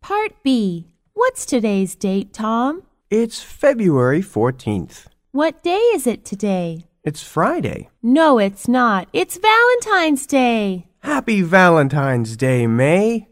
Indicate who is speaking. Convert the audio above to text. Speaker 1: Part B. What's today's date, Tom?
Speaker 2: It's February 14th.
Speaker 1: What day is it today?
Speaker 2: It's Friday.
Speaker 1: No, it's not. It's Valentine's Day.
Speaker 2: Happy Valentine's Day, May.